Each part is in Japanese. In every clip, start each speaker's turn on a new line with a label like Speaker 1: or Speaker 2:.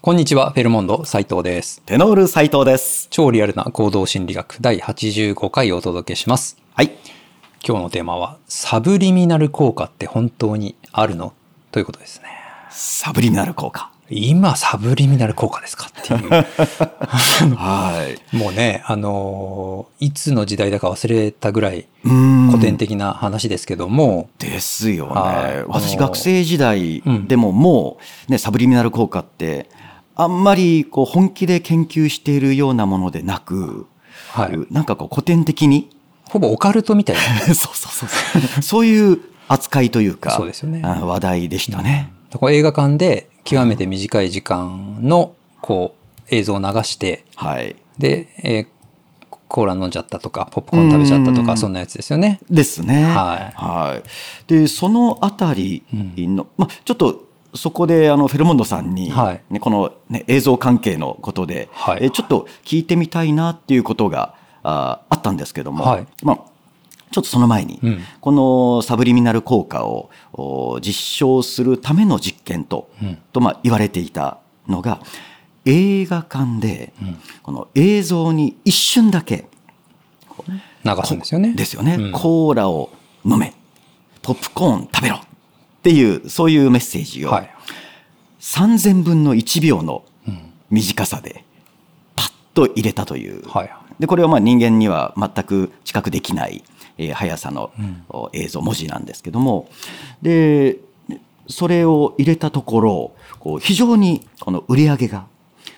Speaker 1: こんにちは、フェルモンド斉藤です。
Speaker 2: テノール斉藤です。
Speaker 1: 超リアルな行動心理学第85回をお届けします。
Speaker 2: はい。
Speaker 1: 今日のテーマは、サブリミナル効果って本当にあるのということですね。
Speaker 2: サブリミナル効果。
Speaker 1: 今、サブリミナル効果ですかって いう。
Speaker 2: はい。
Speaker 1: もうね、あのーいつの時代だか忘れたぐらい
Speaker 2: うん。
Speaker 1: 古典的な話ですけども、
Speaker 2: ですよ
Speaker 1: はい
Speaker 2: ね。
Speaker 1: あ
Speaker 2: 私、
Speaker 1: の
Speaker 2: 学生時代
Speaker 1: うん
Speaker 2: でももう、ね、サブリミナル効果って、あんまりこう本気で研究しているようなものでなく、
Speaker 1: はい。
Speaker 2: なんかこう古典的に、
Speaker 1: ほぼオカルトみたいな
Speaker 2: そうそうそうそう、 そういう扱いというか、
Speaker 1: そうですよね
Speaker 2: あ話題でしたね。
Speaker 1: こう映画館で極めて短い時間のこう映像を流して
Speaker 2: はい。
Speaker 1: で、えーコーラ飲んじゃったとかポップコーン食べちゃったと
Speaker 2: う
Speaker 1: か
Speaker 2: ん
Speaker 1: そんなやつですよね。
Speaker 2: ですね。
Speaker 1: はい
Speaker 2: はい。で、そのあたりの、まあ、ちょっと、そこであのフェルモンドさんに、ね
Speaker 1: はい
Speaker 2: この、ね、映像関係のことで、
Speaker 1: はい
Speaker 2: えちょっと聞いてみたいなっていうことがああったんですけども、
Speaker 1: はい
Speaker 2: まあ、ちょっとその前に、
Speaker 1: うん
Speaker 2: このサブリミナル効果をお実証するための実験と,、
Speaker 1: うん
Speaker 2: とまあ言われていたのが映画館で、
Speaker 1: ん
Speaker 2: この映像に一瞬だけ
Speaker 1: 流すんですよね。
Speaker 2: ですよね、
Speaker 1: うん
Speaker 2: コーラを飲めポップコーン食べろっていうそういうメッセージを
Speaker 1: はい。
Speaker 2: 3000分の1秒の
Speaker 1: うん
Speaker 2: 短さでパッと入れたという、
Speaker 1: はい。
Speaker 2: でこれはまあ人間には全く知覚できない、えー速さの
Speaker 1: うん
Speaker 2: お映像文字なんですけどもでそれを入れたところこう非常にこの売り上げが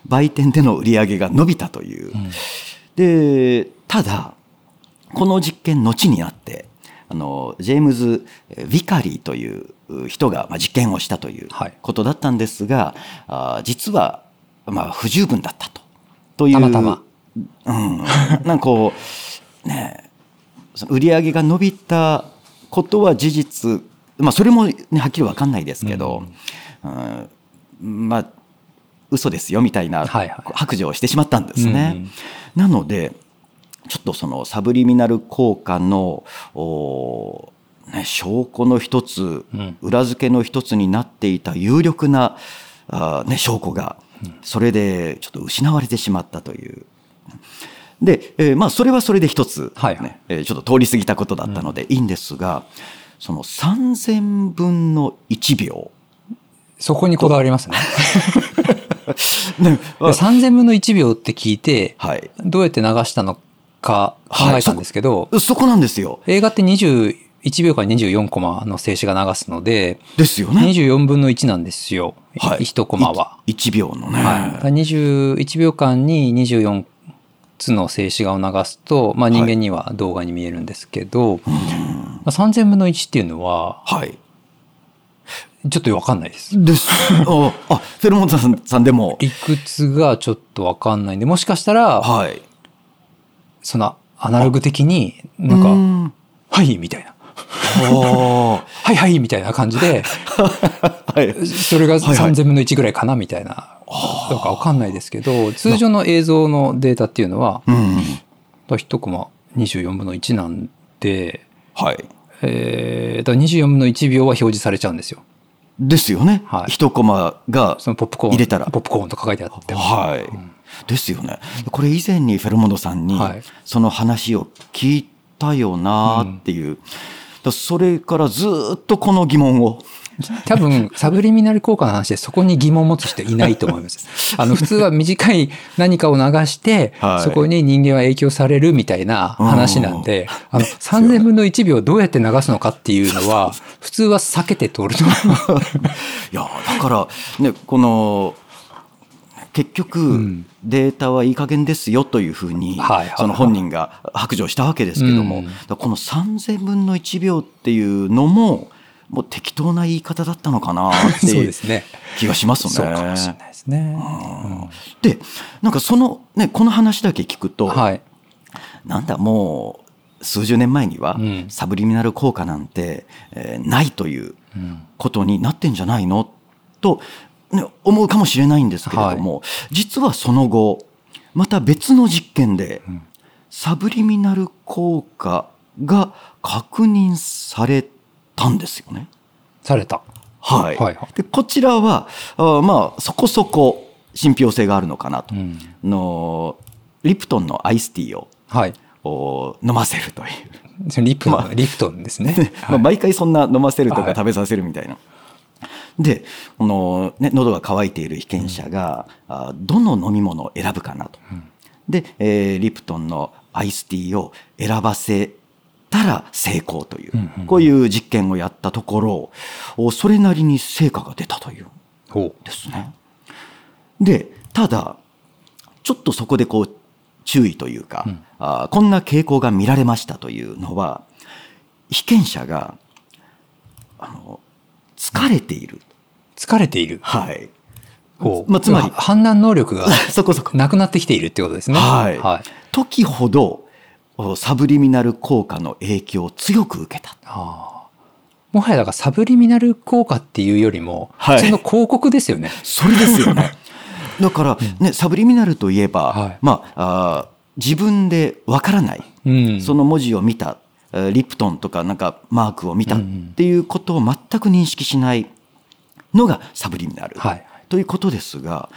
Speaker 2: 売店での売り上げが伸びたという、
Speaker 1: ん
Speaker 2: でただこの実験後になってあのジェームズ・えーヴィカリーというう人が、まあ、実験をしたという
Speaker 1: はい
Speaker 2: ことだったんですが、あー実は、まあ、不十分だったとという
Speaker 1: たまたま
Speaker 2: うん、なんかこうねえその売り上げが伸びたことは事実、まあ、それも、ね、はっきり分かんないですけど、うんまあ嘘ですよみたい
Speaker 1: は
Speaker 2: な
Speaker 1: いはい
Speaker 2: 白状をしてしまったんですね。
Speaker 1: うん
Speaker 2: なのでちょっとそのサブリミナル効果のおーね、証拠の一つ、
Speaker 1: うん
Speaker 2: 裏付けの一つになっていた有力なあー、ね、証拠がそれでちょっと失われてしまったという。で、えーまあ、それはそれで一つ、ね
Speaker 1: はいはい
Speaker 2: えーちょっと通り過ぎたことだったのでいいんですが、その3,000分の1秒、
Speaker 1: そこにこだわりますね。
Speaker 2: ね
Speaker 1: で3000分の1秒って聞いて、
Speaker 2: はい、
Speaker 1: どうやって流したのか考えたんですけど、
Speaker 2: そこなんですよ。
Speaker 1: 映画って21秒から24コマの静止が流すので、
Speaker 2: ですよね。
Speaker 1: 24分の1なんですよ。
Speaker 2: はい
Speaker 1: 1コマは。
Speaker 2: い1秒のね。
Speaker 1: はい、21秒間に24つの静止画を流すと、まあ、人間には動画に見えるんですけど、まあ、3000分の1っていうのは
Speaker 2: はい。
Speaker 1: ちょっと分かんないです。
Speaker 2: です。あ、あフェルモンさんさんでも。
Speaker 1: 理屈がちょっと分かんないんでもしかしたら
Speaker 2: はい。
Speaker 1: そのアナログ的になんか
Speaker 2: うん
Speaker 1: 「はい」みたいな
Speaker 2: おー
Speaker 1: 「はいはい」みたいな感じ で
Speaker 2: はい。
Speaker 1: それが
Speaker 2: はいはい
Speaker 1: 3000分の1ぐらいかなみたいな。なんか分かんないですけど通常の映像のデータっていうのは
Speaker 2: うん。
Speaker 1: 1コマ24分の1なんで
Speaker 2: はい。
Speaker 1: えー、だから24分の1秒は表示されちゃうんですよ。
Speaker 2: ですよね
Speaker 1: は。い
Speaker 2: 一、コマが。
Speaker 1: そのポップコーン
Speaker 2: 入れたら
Speaker 1: ポップコーンとか書いてあっても。
Speaker 2: はい、ですよね。これ以前にフェルモンドさんに
Speaker 1: はい
Speaker 2: その話を聞いたよなーっていう。だそれからずーっとこの疑問を。
Speaker 1: 多分、サブリミナル効果の話でそこに疑問を持つ人いないと思い ます。あの、普通は短い何かを流して、
Speaker 2: はい
Speaker 1: そこに人間は影響されるみたいな話なんで、あの、3000分の1秒どうやって流すのかっていうの は、普通は避けて通ると思う。
Speaker 2: いやーだから、ね、この結局、
Speaker 1: ん
Speaker 2: データはいい加減ですよというふうに、
Speaker 1: はいはい
Speaker 2: その本人が白状したわけですけど
Speaker 1: う
Speaker 2: も、
Speaker 1: ん
Speaker 2: だからこの3,000分の1秒っていうのももう適当な言い方だったのかなっ
Speaker 1: そ
Speaker 2: て
Speaker 1: う
Speaker 2: い
Speaker 1: で
Speaker 2: う
Speaker 1: すね。
Speaker 2: 気がしますね。
Speaker 1: そうかもしれないですね。
Speaker 2: でなんかその、ね、この話だけ聞くと、
Speaker 1: はい。
Speaker 2: なんだもう数十年前には、
Speaker 1: うん
Speaker 2: サブリミナル効果なんて、えーないという
Speaker 1: うん
Speaker 2: ことになってんじゃないのと、ね、思うかもしれないんですけれども、実はその後また別の実験で、
Speaker 1: ん
Speaker 2: サブリミナル効果が確認されたんですよね。
Speaker 1: された。
Speaker 2: はい
Speaker 1: はいはい
Speaker 2: でこちらはあーまあそこそこ信憑性があるのかなと、
Speaker 1: うん
Speaker 2: のリプトンのアイスティーを
Speaker 1: はい。
Speaker 2: お飲ませるという、
Speaker 1: リプ、
Speaker 2: まあ
Speaker 1: リプトンです ね。
Speaker 2: まあ毎回そんな飲ませるとか
Speaker 1: はい
Speaker 2: 食べさせるみたいな。でこの、ね、喉が渇いている被験者が、あどの飲み物を選ぶかなと。で、えーリプトンのアイスティーを選ばせたら成功という、
Speaker 1: うんうん
Speaker 2: こういう実験をやったところおそれなりに成果が出たという。
Speaker 1: ほ
Speaker 2: ですね。でただちょっとそこでこう注意というか、
Speaker 1: うん
Speaker 2: あーこんな傾向が見られましたというのは被験者があの疲れている、
Speaker 1: う。疲れている。
Speaker 2: はい
Speaker 1: ほう。
Speaker 2: まあ、つまり
Speaker 1: は判断能力が
Speaker 2: そこそこ
Speaker 1: なくなってきているってことですね。
Speaker 2: はい
Speaker 1: はい。
Speaker 2: 時ほどおサブリミナル効果の影響を強く受けた。
Speaker 1: あーもはやだからサブリミナル効果っていうよりも、
Speaker 2: はい
Speaker 1: 普通の広告ですよね。
Speaker 2: それですよね。 だから、ね、サブリミナルといえば、
Speaker 1: はい
Speaker 2: まあ、あー自分でわからない
Speaker 1: うん。
Speaker 2: その文字を見た、えーリプトンとかなんかマークを見た
Speaker 1: う
Speaker 2: っ
Speaker 1: んうん
Speaker 2: ていうことを全く認識しないのがサブリミナル、
Speaker 1: はい
Speaker 2: ということですが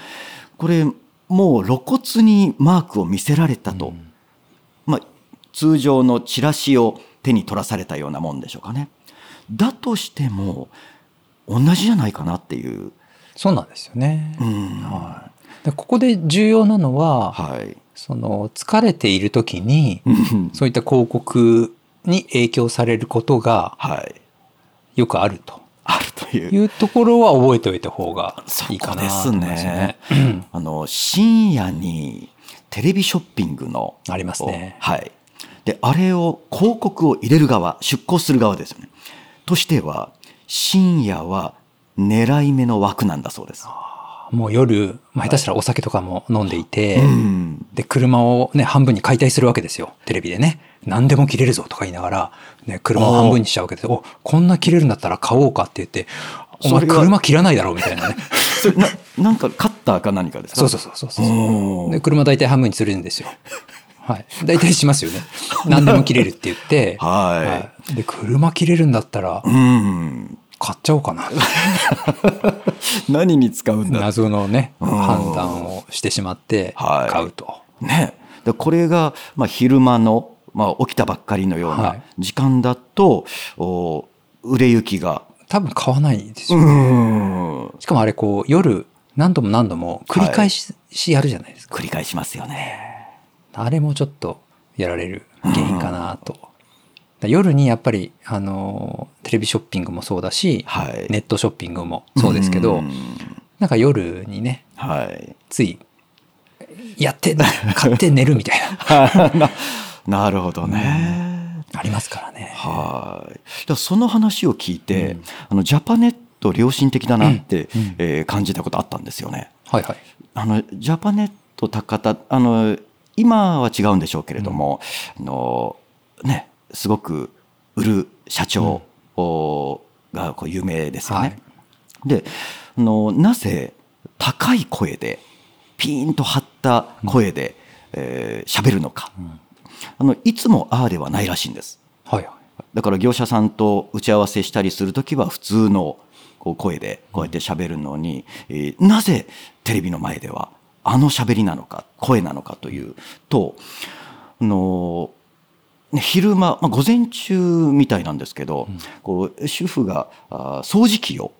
Speaker 2: これもう露骨にマークを見せられたと、
Speaker 1: うん
Speaker 2: まあ、通常のチラシを手に取らされたようなもんでしょうかね。だとしても同じじゃないかなっていう。
Speaker 1: そうなんですよね。
Speaker 2: うん
Speaker 1: はい、でここで重要なのは、
Speaker 2: はい、
Speaker 1: その疲れている時に、
Speaker 2: うん
Speaker 1: そういった広告に影響されることが
Speaker 2: はい、
Speaker 1: よくあると
Speaker 2: あるという
Speaker 1: いうところは覚えておいた方が
Speaker 2: そ
Speaker 1: いいか
Speaker 2: こ
Speaker 1: な
Speaker 2: で
Speaker 1: と
Speaker 2: す
Speaker 1: 思います
Speaker 2: ね
Speaker 1: ね。。
Speaker 2: あの深夜にテレビショッピングの
Speaker 1: ありますね
Speaker 2: はい。であれを広告を入れる側、出稿する側ですよね。としては深夜は狙い目の枠なんだそうです。
Speaker 1: もう夜、まあ、下手したらお酒とかも飲んでいて、
Speaker 2: うん。
Speaker 1: で車を、ね、半分に解体するわけですよテレビでね何でも切れるぞとか言いながら、ね、車を半分にしちゃうわけですおこんな切れるんだったら買おうかって言ってお
Speaker 2: そ
Speaker 1: 前
Speaker 2: れは
Speaker 1: 車切らないだろうみたいな ね
Speaker 2: それななんかカッターか何かですか。
Speaker 1: そうそうそうそうそう
Speaker 2: おー
Speaker 1: で車大体半分にするんですよ。はい、大体しますよね。何でも切れるって言って、
Speaker 2: はい
Speaker 1: いで車切れるんだったら
Speaker 2: うん。
Speaker 1: 買っちゃおうか な
Speaker 2: 何に使うんだろう
Speaker 1: 謎のね
Speaker 2: ん
Speaker 1: 判断をしてしまって
Speaker 2: はい
Speaker 1: 買うと。
Speaker 2: ね、でこれが、まあ、昼間の、まあ、起きたばっかりのよう
Speaker 1: は
Speaker 2: ない時間だと、お売れ行きが
Speaker 1: 多分買わないです
Speaker 2: う
Speaker 1: よ。
Speaker 2: ん
Speaker 1: しかもあれこう夜何度も何度も繰り返ししやるじゃないですか。
Speaker 2: 繰り返しますよね。
Speaker 1: あれもちょっとやられる原因かなと。だ夜にやっぱりあのテレビショッピングもそうだし、
Speaker 2: はい。
Speaker 1: ネットショッピングもそうですけど、
Speaker 2: ん
Speaker 1: なんか夜にね
Speaker 2: はい。
Speaker 1: ついやって買って寝るみたいな
Speaker 2: なるほどね。
Speaker 1: ありますからね。
Speaker 2: はい。だからその話を聞いて、あのジャパネット良心的だなって、えー感じたことあったんですよね。
Speaker 1: はいはい。
Speaker 2: あのジャパネット高田あの今は違うんでしょうけれども、あのねすごく売る社長おがこう有名ですよね。
Speaker 1: はい
Speaker 2: であのなぜ高い声でピーンと張った声で喋、えー、喋るのか、あのいつもああではないらしいんです。
Speaker 1: はいは
Speaker 2: だから業者さんと打ち合わせしたりするときは普通のこう声でこうやって喋るのに、えーなぜテレビの前ではあの喋りなのか声なのかというと、あのーね昼間、まあ、午前中みたいなんですけど、こう主婦があー掃除機を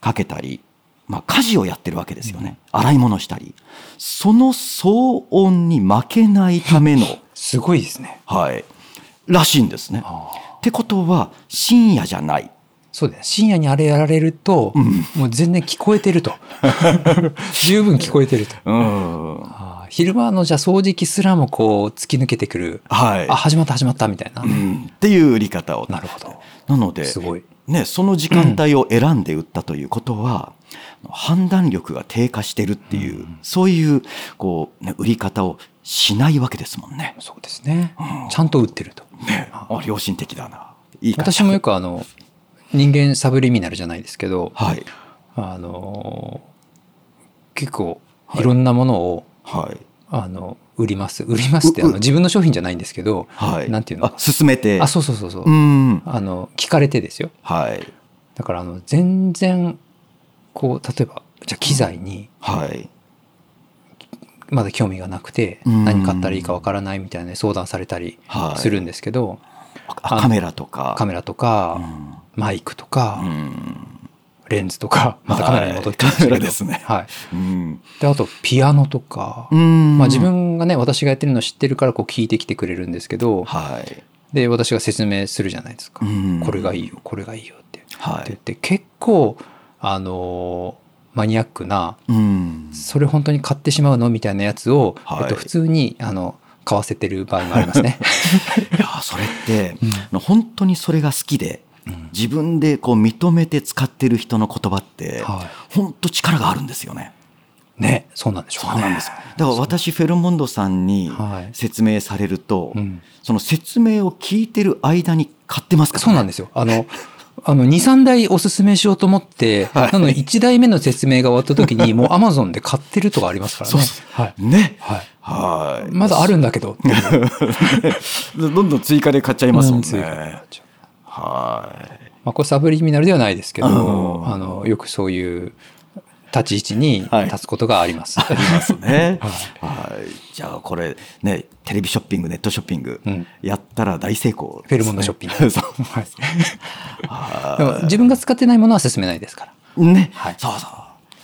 Speaker 2: かけたり、まあ、家事をやってるわけですよね、洗い物したりその騒音に負けないための、
Speaker 1: すごいですね。
Speaker 2: はい、らしいんですね。
Speaker 1: ああ
Speaker 2: ってことは深夜じゃない
Speaker 1: そうだね。深夜にあれやられると、もう全然聞こえてると。 十分聞こえてると。
Speaker 2: うんは
Speaker 1: ああ昼間のじゃあ掃除機すらもこう突き抜けてくる。
Speaker 2: い
Speaker 1: あ、始まった始まったみたいな。
Speaker 2: うんっていう売り方を
Speaker 1: なるほど。
Speaker 2: なのです
Speaker 1: ごい。
Speaker 2: ね、その時間帯を選んで売ったということは、判断力が低下してるっていう、そういうこう、ね、売り方をしないわけですもんね。
Speaker 1: そうですね。ちゃんと打ってると。
Speaker 2: ねあ良心的だな。いいか
Speaker 1: 私もよくあの、人間サブリミナルじゃないですけど、
Speaker 2: はい
Speaker 1: あのー結構いろんなものを、
Speaker 2: はい
Speaker 1: あの売ります売りますってあの
Speaker 2: う
Speaker 1: 自分の商品じゃないんですけど、
Speaker 2: はい。
Speaker 1: なんていうの
Speaker 2: あ進めて
Speaker 1: あそうそうそうそう、
Speaker 2: うん
Speaker 1: あの聞かれてですよ
Speaker 2: はい
Speaker 1: だからあの全然こう例えばじゃあ機材に
Speaker 2: はい
Speaker 1: まだ興味がなくて
Speaker 2: うん
Speaker 1: 何買ったらいいかわからないみたいな相談されたり
Speaker 2: はい
Speaker 1: するんですけど、
Speaker 2: あカメラとか
Speaker 1: カメラとか、マイクとか、
Speaker 2: うん
Speaker 1: レンズとかまたカメラに戻ってきましたけ
Speaker 2: はいカ
Speaker 1: ど
Speaker 2: メラですね
Speaker 1: はい、
Speaker 2: うん
Speaker 1: であとピアノとか、
Speaker 2: うん
Speaker 1: まあ、自分がね私がやってるの知ってるからこう聞いてきてくれるんですけど
Speaker 2: はい
Speaker 1: で私が説明するじゃないですか、
Speaker 2: うん
Speaker 1: これがいいよこれがいいよってって
Speaker 2: は
Speaker 1: 言っ
Speaker 2: い
Speaker 1: て結構あのーマニアックな
Speaker 2: うん
Speaker 1: それ本当に買ってしまうのみたいなやつを、
Speaker 2: はい
Speaker 1: えっと、普通にあの買わせてる場合もあります ね。
Speaker 2: いやーそれって本当にそれが好きで自分でこう認めて使ってる人の言葉って
Speaker 1: は
Speaker 2: 本当力があるんですよね。
Speaker 1: い、 ねそうなんでしょう
Speaker 2: そう
Speaker 1: ね。
Speaker 2: なんですよだから私フェロモンドさんに
Speaker 1: はい
Speaker 2: 説明されると、
Speaker 1: うん
Speaker 2: その説明を聞いてる間に買ってますから
Speaker 1: そうなんですよ。あの、あの、2、3台おすすめしようと思って、
Speaker 2: はい
Speaker 1: なのに1台目の説明が終わった時 に、もう Amazon で買ってるとかありますからね。
Speaker 2: そうそう
Speaker 1: はい。
Speaker 2: ね
Speaker 1: はい。
Speaker 2: はい
Speaker 1: まだあるんだけどっ ていう。
Speaker 2: どんどん追加で買っちゃいますもん
Speaker 1: うん
Speaker 2: ねはい
Speaker 1: まあ、これサブリミナルではないですけど、
Speaker 2: うん
Speaker 1: あの、よくそういう立ち位置に立つことがあり ます。
Speaker 2: ありますね、はい、じゃあこれねテレビショッピングネットショッピング
Speaker 1: うん
Speaker 2: やったら大成功です
Speaker 1: フ
Speaker 2: ね、
Speaker 1: ェルモンのショッピング
Speaker 2: そう
Speaker 1: はい
Speaker 2: は
Speaker 1: でも自分が使ってないものは勧めないですから。
Speaker 2: いね、
Speaker 1: はい
Speaker 2: そうそう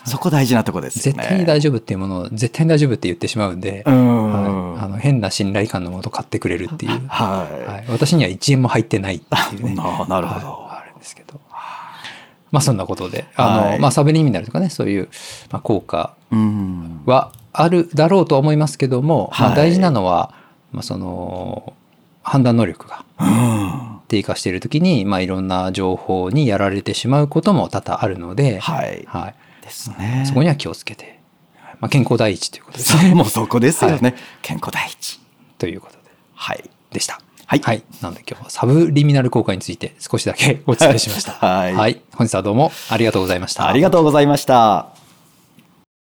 Speaker 2: そこ大事なとこですよ
Speaker 1: 絶
Speaker 2: ね
Speaker 1: 対に大丈夫っていうものを、絶対に大丈夫って言ってしまうんで、
Speaker 2: うん
Speaker 1: はいあの変な信頼感のもと買ってくれるっていう。
Speaker 2: はい、
Speaker 1: はい、私には1円も入ってないっていうね。
Speaker 2: あなるほど
Speaker 1: はいあるんですけど。まあそんなことで、あの、
Speaker 2: はい
Speaker 1: まあサブリミナルとかね、そういう、まあ、効果
Speaker 2: うん
Speaker 1: はあるだろうとは思いますけども、ま
Speaker 2: は
Speaker 1: あ
Speaker 2: い
Speaker 1: 大事なのは、まあその、判断能力が
Speaker 2: うん
Speaker 1: 低下しているときに、まあいろんな情報にやられてしまうことも多々あるので、
Speaker 2: はい
Speaker 1: はい
Speaker 2: ですね
Speaker 1: そこには気をつけて、まあ健康第一ということです
Speaker 2: そ
Speaker 1: ね。
Speaker 2: うもうそこですよね、
Speaker 1: はい
Speaker 2: 健康第一
Speaker 1: ということで、
Speaker 2: はい
Speaker 1: でした。
Speaker 2: はい
Speaker 1: はい。なので今日はサブリミナル効果について少しだけお伝えしました。
Speaker 2: はい
Speaker 1: 本日はどうもありがとうございました。
Speaker 2: ありがとうございました